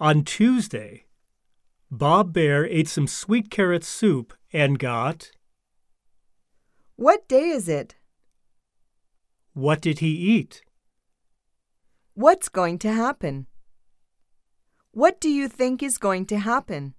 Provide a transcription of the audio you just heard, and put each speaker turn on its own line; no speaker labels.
On Tuesday, Bob Bear ate some sweet carrot soup and got.
What day is it?
What did he eat?
What's going to happen? What do you think is going to happen?